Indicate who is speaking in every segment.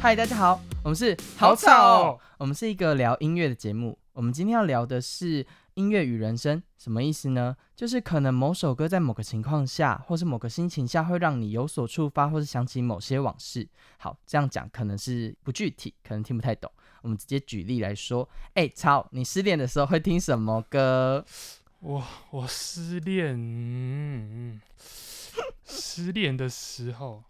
Speaker 1: 嗨，大家好，我们是
Speaker 2: 好吵哦
Speaker 1: 我们是一个聊音乐的节目。我们今天要聊的是音乐与人生，什么意思呢？就是可能某首歌在某个情况下，或是某个心情下，会让你有所触发，或是想起某些往事。好，这样讲可能是不具体，可能听不太懂。我们直接举例来说，哎、超，你失恋的时候会听什么歌？
Speaker 2: 我我失恋，嗯，嗯失恋的时候，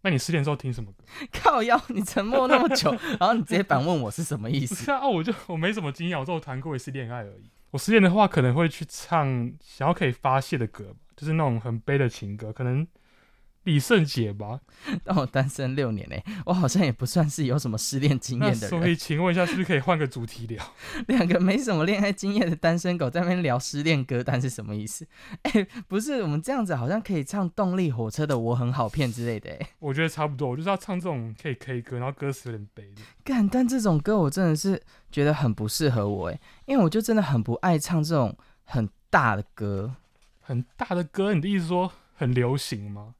Speaker 2: 那你失恋之后听什么歌？
Speaker 1: 靠腰，你沉默那么 久，然后你直接反问我是什么 意
Speaker 2: 不
Speaker 1: 思？
Speaker 2: 是啊，我就我没什么经验，我只有谈过一次恋爱而已。我失恋的话，可能会去唱想要可以发泄的歌吧，就是那种很悲的情歌，可能李圣杰吧。
Speaker 1: 但我哦单身六年嘞、我好像也不算是有什么失恋经
Speaker 2: 那
Speaker 1: 验的
Speaker 2: 所
Speaker 1: 人。
Speaker 2: 以，请问一下，是不是可以换个主题聊？
Speaker 1: 两个没什么恋爱经验的单身狗在那边聊失恋歌单是什么意思？哎、不是，我们这样子好像可以唱动力火车的《我很好骗》之类的、哎，
Speaker 2: 我觉得差不多，我就是要唱这种可以 K 歌，然后歌词有点悲的。
Speaker 1: 干，但这种歌我真的是觉得很不适合我、哎，因为我就真的很不爱唱这种很大的歌。
Speaker 2: 很大的歌，你的意思说很流行吗？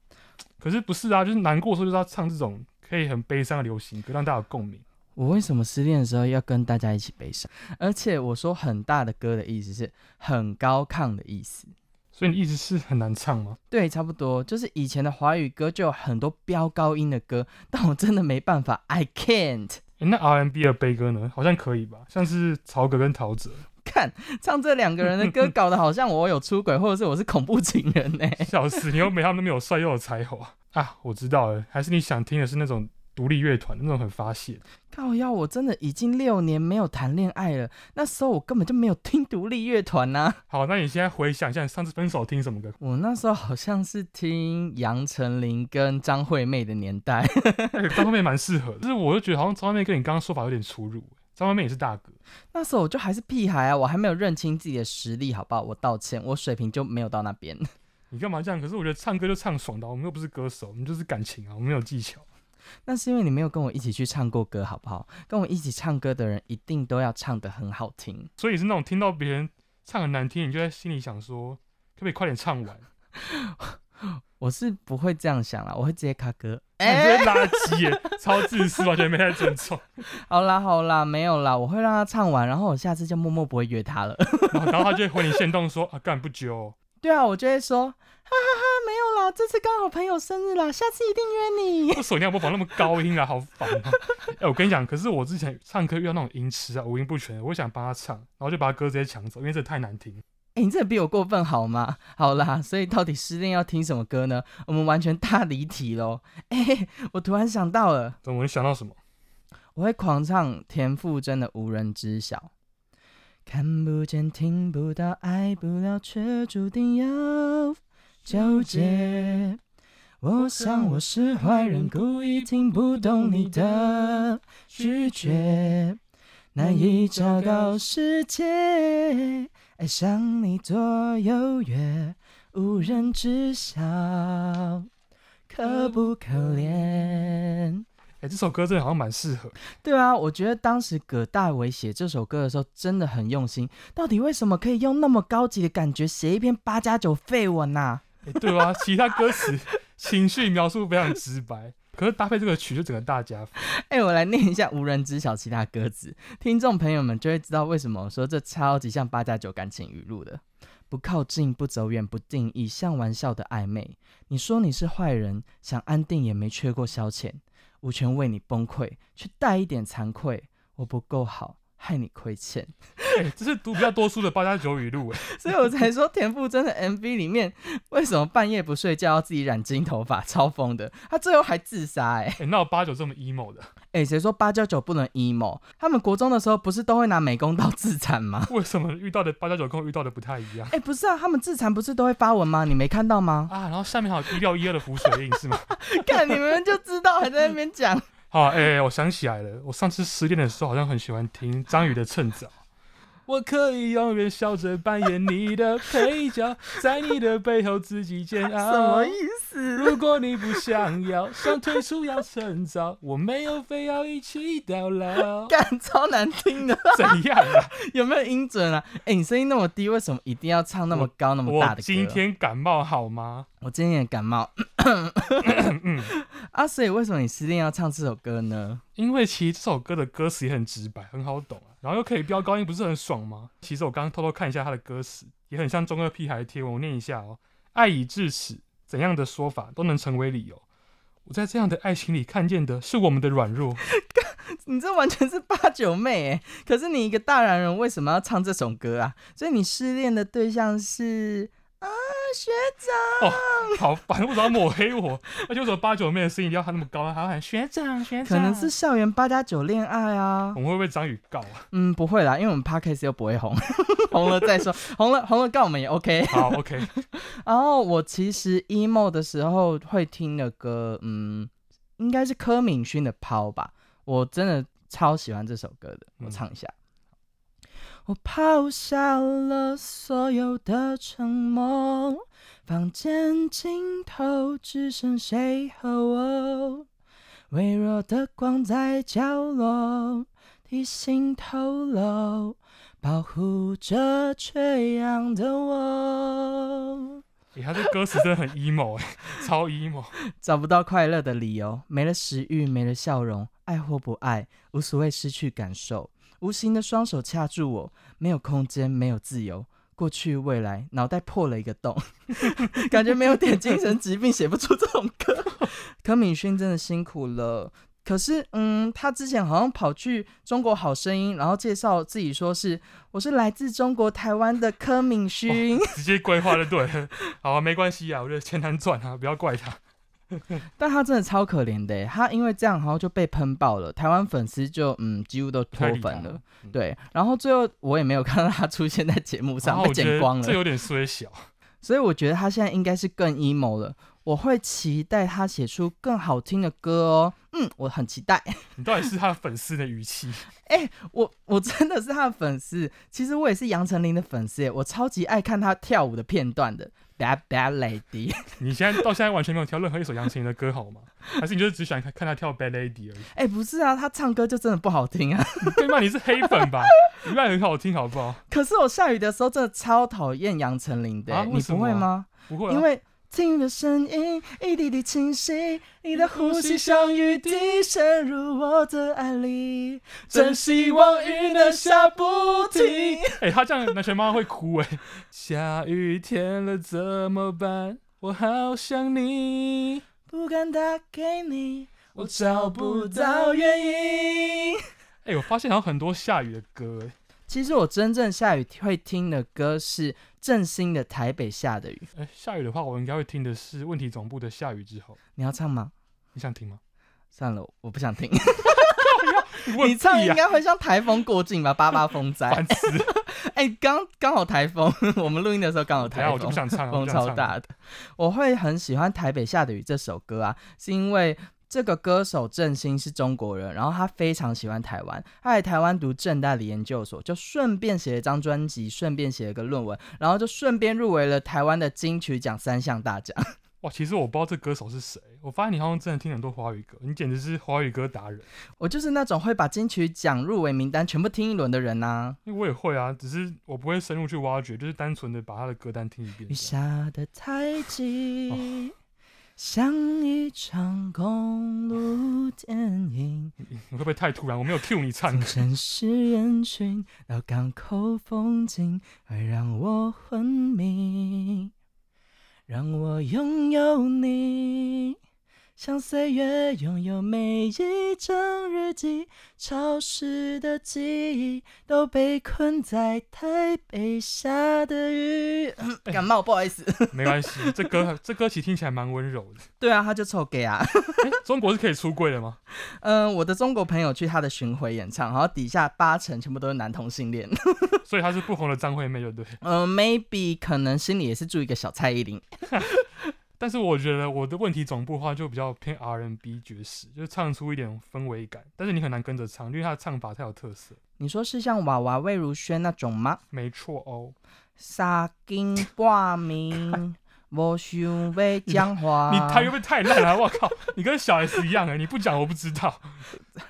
Speaker 2: 可是不是啊，就是难过的时候就是要唱这种可以很悲伤的流行歌，让大家有共鸣。
Speaker 1: 我为什么失恋的时候要跟大家一起悲伤？而且我说很大的歌的意思是很高亢的意思。
Speaker 2: 所以你一直是很难唱吗？
Speaker 1: 对，差不多，就是以前的华语歌就有很多飙高音的歌，但我真的没办法，I can't。
Speaker 2: 诶那 R&B 的悲歌呢？好像可以吧，像是曹格跟陶喆，
Speaker 1: 看唱这两个人的 歌，搞得好像我有出轨，或者是我是恐怖情人呢、
Speaker 2: 笑死！你又没他们那么有帅又有才华啊！我知道了，还是你想听的是那种独立乐团那种很发泄的。
Speaker 1: 靠腰，我真的已经六年没有谈恋爱了，那时候我根本就没有听独立乐团呐、？
Speaker 2: 好，那你现在回想一下，你上次分手听什么歌
Speaker 1: 我那时候好像是听杨丞琳跟张惠妹的年代。
Speaker 2: 诶张惠妹蛮适合的，就是我就觉得好像张惠妹跟你刚刚说法有点出入、张惠妹也是大哥，
Speaker 1: 那时候我就还是屁孩啊，我还没有认清自己的实力，好不好？我道歉，我水平就没有到那边。
Speaker 2: 你干嘛这样？可是我觉得唱歌就唱爽的啊，我们又不是歌手，我们就是感情啊，我们没有技巧。
Speaker 1: 那是因为你没有跟我一起去唱过歌，好不好？跟我一起唱歌的人一定都要唱得很好听。
Speaker 2: 所以是那种听到别人唱很难听，你就在心里想说，可不可以快点唱完？
Speaker 1: 我是不会这样想啦，我会直接卡歌。
Speaker 2: 你这是垃圾耶，超自私，完全没在尊重。
Speaker 1: 好啦好啦，没有啦，我会让他唱完，然后我下次就默默不会约他了。
Speaker 2: 然后然后他就会回你线动说啊，干不久哦、
Speaker 1: 对啊，我就会说，哈哈哈，没有啦，这次刚好朋友生日啦，下次一定约你。
Speaker 2: 为什么你要模仿那么高音啊？好烦啊！哎、我跟你讲，可是我之前唱歌遇到那种音痴啊，五音不全，我想帮他唱，然后就把他歌直接抢走，因为这太难听。
Speaker 1: 哎、你这比我过分好吗？好啦，所以到底失恋要听什么歌呢？我们完全大离题 喽。哎、我突然想到了，
Speaker 2: 怎么你想到什么？
Speaker 1: 我会狂唱田馥甄的《无人知晓》。看不见，听不到，爱不了，却注定要纠结。我想我是坏人，故意听不懂你的拒绝，难以昭告世界。爱上你多优越，无人知晓，可不可怜？
Speaker 2: 哎、这首歌真的好像蛮适合。
Speaker 1: 对啊，我觉得当时葛大为写这首歌的时候真的很用心。到底为什么可以用那么高级的感觉写一篇八加九废文呐、
Speaker 2: 欸对啊，其他歌词情绪描述非常直白，可是搭配这个曲就整个大加分。
Speaker 1: 哎，我来念一下无人知晓其他歌词，听众朋友们就会知道为什么我说这超级像八加九感情语录的。不靠近，不走远，不定义，像玩笑的暧昧。你说你是坏人，想安定也没缺过消遣，无权为你崩溃，却带一点惭愧。我不够好，害你亏欠。
Speaker 2: 欸这是读比较多书的八加九语录哎、
Speaker 1: 所以我才说田馥甄的 MV 里面为什么半夜不睡觉要自己染金头发，超疯的。他最后还自杀、欸，哎
Speaker 2: 欸哪有八九这么 emo 的？
Speaker 1: 哎，谁说八加九不能 emo？他们国中的时候不是都会拿美工刀自残吗？
Speaker 2: 为什么遇到的八加九跟我遇到的不太一样
Speaker 1: 哎、不是啊，他们自残不是都会发文吗？你没看到 吗？
Speaker 2: 啊？然后下面还有一六一二的浮水印是吗？
Speaker 1: 看你们就知道，还在那边讲。
Speaker 2: 好哎、欸我想起来了，我上次失恋的时候好像很喜欢听张宇的《趁早》。我可以永远笑着扮演你的配角，在你的背后自己煎 熬。
Speaker 1: 什么意思？
Speaker 2: 如果你不想要，想退出要趁早，我没有非要一起 到老。
Speaker 1: 干超难听的，
Speaker 2: 怎样啊？
Speaker 1: 有没有音准啊？哎、你声音那么低，为什么一定要唱那么高那么大的
Speaker 2: 我
Speaker 1: 歌？
Speaker 2: 今天感冒好吗？
Speaker 1: 我今天也感冒 啊，所以为什么你失恋要唱这首歌呢？
Speaker 2: 因为其实这首歌的歌词也很直白，很好懂啊，然后又可以飙高音，不是很爽吗？其实我刚刚偷偷看一下它的歌词，也很像中二屁孩贴文，我念一下哦：爱已至此，怎样的说法都能成为理由。我在这样的爱情里看见的是我们的软 弱，
Speaker 1: 你这完全是八九妹哎！可是你一个大男人为什么要唱这首歌啊？所以你失恋的对象是啊学长。
Speaker 2: 好烦，为什么要抹黑我？而且为什么八九妹的声音一定要喊那么高，还要喊学长学长？
Speaker 1: 可能是校园八加九恋爱啊
Speaker 2: 我，们会被张宇告 啊？
Speaker 1: 嗯，不会啦，因为我们 podcast 又不会红， 红了再说，红了红了告我们也 OK。
Speaker 2: 好，OK，
Speaker 1: 然后我其实 emo 的时候会听的歌，嗯，应该是柯敏勋的《抛》吧，我真的超喜欢这首歌的，我
Speaker 2: 嗯
Speaker 1: 唱一下。我抛下了所有的承诺，房间尽头只剩谁和我，微弱的光在角落提醒透露，保护着缺氧的我。
Speaker 2: 欸、他这歌词真的很 emo 哎、超 emo。
Speaker 1: 找不到快乐的理由，没了食欲，没了笑容，爱或不爱，无所谓失去感受。无形的双手掐住我，没有空间，没有自由。过去未来，脑袋破了一个洞， 感觉没有点精神疾病写不出这种歌。 柯敏勋真的辛苦了。可是，嗯，他之前好像跑去中国好声音，然后介绍自己说是我是来自中国台湾的柯敏勋，
Speaker 2: 直接规划就对了。好、啊，没关系啊，我觉得钱难赚啊，不要怪他。
Speaker 1: 但他真的超可怜的耶，他因为这样，然后就被喷爆了，台湾粉丝就嗯几乎都脱粉了，
Speaker 2: 嗯
Speaker 1: 对，然后最后我也没有看到他出现在节目
Speaker 2: 然
Speaker 1: 上，啊
Speaker 2: 后
Speaker 1: 被
Speaker 2: 哦我觉
Speaker 1: 剪
Speaker 2: 得
Speaker 1: 光
Speaker 2: 这
Speaker 1: 了，
Speaker 2: 有点衰小。
Speaker 1: 所以我觉得他现在应该是更 emo 了。我会期待他写出更好听的歌哦，嗯，我很期待。
Speaker 2: 你到底是他的粉丝的语气？
Speaker 1: 我我真的是他的粉丝，其实我也是杨丞琳的粉丝耶，欸我超级爱看他跳舞的片段的。Bad Bad Lady，
Speaker 2: 你现在到现在完全没有挑任何一首杨丞琳的歌好吗？还是你就是只想看看他跳 Bad Lady 而已？
Speaker 1: 哎、不是啊，他唱歌就真的不好听啊。
Speaker 2: 你对吗？你是黑粉吧？你外很好听好不好？
Speaker 1: 可是我下雨的时候真的超讨厌杨丞琳的耶、
Speaker 2: 啊为
Speaker 1: 你
Speaker 2: 什
Speaker 1: 不会
Speaker 2: 么
Speaker 1: 吗？
Speaker 2: 不会、啊，
Speaker 1: 因为听的声音一滴滴清晰，你的呼吸像雨滴渗入我的爱里，真希望雨能下不停。
Speaker 2: 哎、他这样男神妈妈会哭哎、下雨天了怎么办？我好想你。
Speaker 1: 不敢打给你，我找不到原因。
Speaker 2: 哎、我发现好像很多下雨的歌、欸，
Speaker 1: 其实我真正下雨会听的歌是郑兴的《台北下的雨》，
Speaker 2: 哎、下雨的话，我应该会听的是问题总部的《下雨之后》，
Speaker 1: 你要唱吗？
Speaker 2: 你想听吗？
Speaker 1: 算了，我不想听。
Speaker 2: 问
Speaker 1: 你唱
Speaker 2: 屁
Speaker 1: 应
Speaker 2: 呀、
Speaker 1: 该会像台风过境吧，八八风灾。
Speaker 2: 烦死了！
Speaker 1: 哎，刚刚好台风， 我们录音的时候刚好
Speaker 2: 等
Speaker 1: 台
Speaker 2: 一下
Speaker 1: 风。
Speaker 2: 哦啊我就不想唱了，我
Speaker 1: 风
Speaker 2: 不想
Speaker 1: 超
Speaker 2: 唱
Speaker 1: 大
Speaker 2: 了。
Speaker 1: 的。我会很喜欢《台北下的雨》这首歌啊，是因为这个歌手郑兴是中国人，然后他非常喜欢台湾，他来台湾读正大的研究所，就顺便写了一张专辑，顺便写了个论文，然后就顺便入围了台湾的金曲奖三项大奖。
Speaker 2: 哇，其实我不知道这歌手是谁，我发现你好像真的听很多华语歌，你简直是华语歌达人。
Speaker 1: 我就是那种会把金曲奖入围名单全部听一轮的人呐、
Speaker 2: 因为我也会啊，只是我不会深入去挖掘，就是单纯的把他的歌单听一遍
Speaker 1: 雨
Speaker 2: 这样。
Speaker 1: 下得太急，像一场公路电影。
Speaker 2: 你会不会太突然？我没有 cue 你唱
Speaker 1: 从
Speaker 2: 歌。
Speaker 1: 城市人群到港口风景，会让我昏迷，让我拥有你，像岁月拥有每一张日记，潮湿的记忆都被困在台北下的雨。 感冒，不好意思。
Speaker 2: 没关系，这歌这歌其实听起来蛮温柔的。
Speaker 1: 对啊，他就臭 gay 啊。
Speaker 2: 哎中国是可以出柜的吗？
Speaker 1: 嗯，我的中国朋友去他的巡回演唱，然后底下八成全部都是男同性恋。
Speaker 2: 所以他是不红的张惠妹，对不对？
Speaker 1: 呃，maybe 可能心里也是住一个小蔡依林。
Speaker 2: 但是我觉得我的问题总部的话就比较偏 R&B 爵士，就是唱出一点氛围感，但是你很难跟着唱，因为他的唱法太有特色。
Speaker 1: 你说是像娃娃魏如萱那种吗？
Speaker 2: 没错哦，
Speaker 1: 三更半暝，我想要讲话。
Speaker 2: 你台语会不会太烂了、啊 我靠，你跟小 S 一样哎、你不讲我不知道，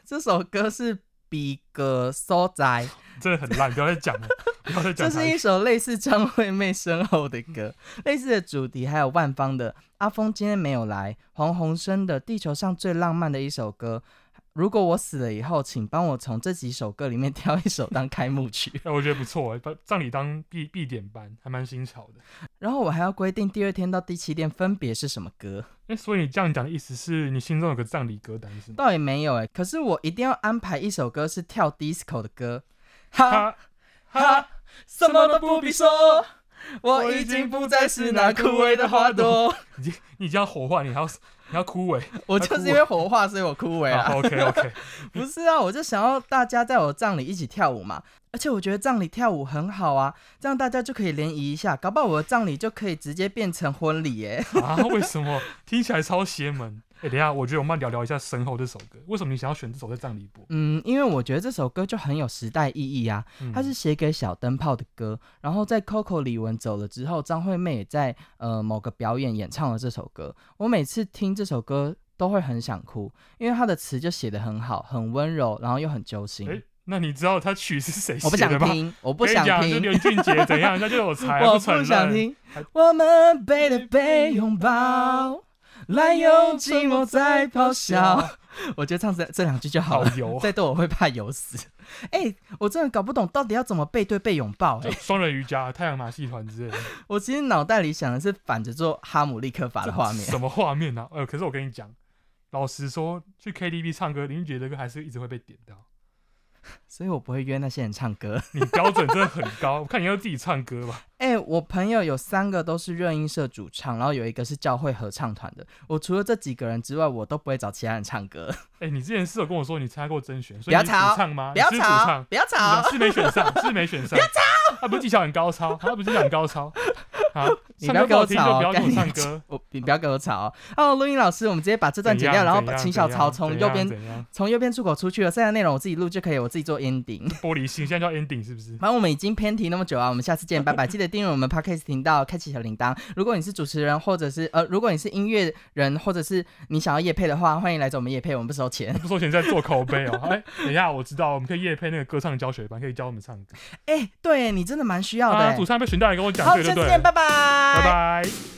Speaker 1: 这首歌是比格所在，
Speaker 2: 真的很烂，不要再讲了。不要再讲
Speaker 1: 这
Speaker 2: 台
Speaker 1: 是一
Speaker 2: 语。
Speaker 1: 首类似张惠妹身后的歌，类似的主题，还有万芳的《阿峰今天没有来》，黄鸿升的《地球上最浪漫的一首歌》。如果我死了以后，请帮我从这几首歌里面挑一首当开幕曲。
Speaker 2: 哎、我觉得不错、欸，把葬礼当必必点班，还蛮新潮的。
Speaker 1: 然后我还要规定第二天到第七天分别是什么歌，
Speaker 2: 哎、所以你这样讲的意思是你心中有个葬礼歌单是吗？
Speaker 1: 倒也没有哎、可是我一定要安排一首歌是跳 disco 的歌。哈
Speaker 2: 哈，
Speaker 1: 啊哈，什么都不必说，我已经不再是那枯萎的花朵。
Speaker 2: 你这样火化，你还要你要枯萎？
Speaker 1: 我就是因为火化，所以我枯萎 啊。
Speaker 2: o k OK，
Speaker 1: 不是啊，我就想要大家在我葬礼一起跳舞嘛。而且我觉得葬礼跳舞很好啊，这样大家就可以联谊一下，搞不好我的葬礼就可以直接变成婚礼耶。
Speaker 2: 啊，为什么听起来超邪门？哎、等一下，我觉得我们要聊聊一下《身后》这首歌，为什么你想要选这首在葬礼播？
Speaker 1: 嗯，因为我觉得这首歌就很有时代意义啊，
Speaker 2: 嗯
Speaker 1: 它是写给小灯泡的歌。然后在 Coco 李玟走了之后，张惠妹也在呃某个表演演唱了这首歌。我每次听这首歌都会很想哭，因为它的词就写得很好，很温柔，然后又很揪心。
Speaker 2: 哎、那你知道他曲是谁
Speaker 1: 我不
Speaker 2: 写
Speaker 1: 想
Speaker 2: 的吗？
Speaker 1: 听，我不
Speaker 2: 跟
Speaker 1: 想
Speaker 2: 你讲，就
Speaker 1: 听。
Speaker 2: 林俊杰怎样，人家就有才，啊
Speaker 1: 我
Speaker 2: 承
Speaker 1: 不
Speaker 2: 认。
Speaker 1: 想听
Speaker 2: 还。
Speaker 1: 我们背对背拥抱，来用寂寞在咆 哮。我觉得唱这这两句就好
Speaker 2: 好
Speaker 1: 了，
Speaker 2: 油，啊
Speaker 1: 再多我会怕油死。 哎、我真的搞不懂到底要怎么背 对背拥抱、
Speaker 2: 就
Speaker 1: 哎，
Speaker 2: 双人瑜伽、太阳马戏团之类的。
Speaker 1: 我其实脑袋里想的是反着做哈姆立克法的画面。
Speaker 2: 什么画面呢、啊？呃，可是我跟你讲，老实说，去 KTV 唱歌，林俊杰的歌还是一直会被点到。
Speaker 1: 所以我不会约那些人唱歌。
Speaker 2: 你标准真的很高，我看你要自己唱歌吧。
Speaker 1: 哎、我朋友有三个都是热音社主唱，然后有一个是教会合唱团的。我除了这几个人之外，我都不会找其他人唱歌。
Speaker 2: 哎、你之前是有跟我说你参加过甄选，所
Speaker 1: 不
Speaker 2: 以
Speaker 1: 要
Speaker 2: 你主
Speaker 1: 吵
Speaker 2: 唱吗？
Speaker 1: 不要
Speaker 2: 啊你是主
Speaker 1: 吵
Speaker 2: 唱，，
Speaker 1: 不要吵。
Speaker 2: 是没选上，是没选上。不要吵，他不是技巧很高超，他不是技巧很高超。啊，
Speaker 1: 你
Speaker 2: 唱
Speaker 1: 不要
Speaker 2: 歌
Speaker 1: 给
Speaker 2: 不
Speaker 1: 我吵哦，赶
Speaker 2: 好听就不要跟我
Speaker 1: 紧
Speaker 2: 唱歌。
Speaker 1: 我你不要给我吵哦！哦，录音老师，我们直接把这段
Speaker 2: 怎
Speaker 1: 剪掉，
Speaker 2: 样
Speaker 1: 然后
Speaker 2: 怎
Speaker 1: 把
Speaker 2: 样
Speaker 1: 请小
Speaker 2: 怎
Speaker 1: 曹
Speaker 2: 样
Speaker 1: 从
Speaker 2: 怎
Speaker 1: 右
Speaker 2: 样
Speaker 1: 边
Speaker 2: 怎样
Speaker 1: 从右边出口出去了，剩下内容我自己录就可以，我自己做 ending。
Speaker 2: 玻璃心，现在叫 ending 是不是？
Speaker 1: 反正我们已经偏题那么久啊，我们下次见，拜拜！记得订阅我们 podcast 频道，开启小铃铛。如果你是主持人，或者是呃，如果你是音乐人，或者是你想要夜配的话，欢迎来找我们夜配，我们不收钱。
Speaker 2: 不收钱在做口碑哦、哎、等一下，我知道，我们可以夜配那个歌唱教学班，可以教我们唱歌。
Speaker 1: 哎、对你真的蛮需要的、
Speaker 2: 啊，
Speaker 1: 欸
Speaker 2: 主唱被选到，你跟我讲
Speaker 1: 好，
Speaker 2: 对
Speaker 1: 下
Speaker 2: 对
Speaker 1: 次
Speaker 2: 对，
Speaker 1: 见，拜拜，
Speaker 2: 拜拜。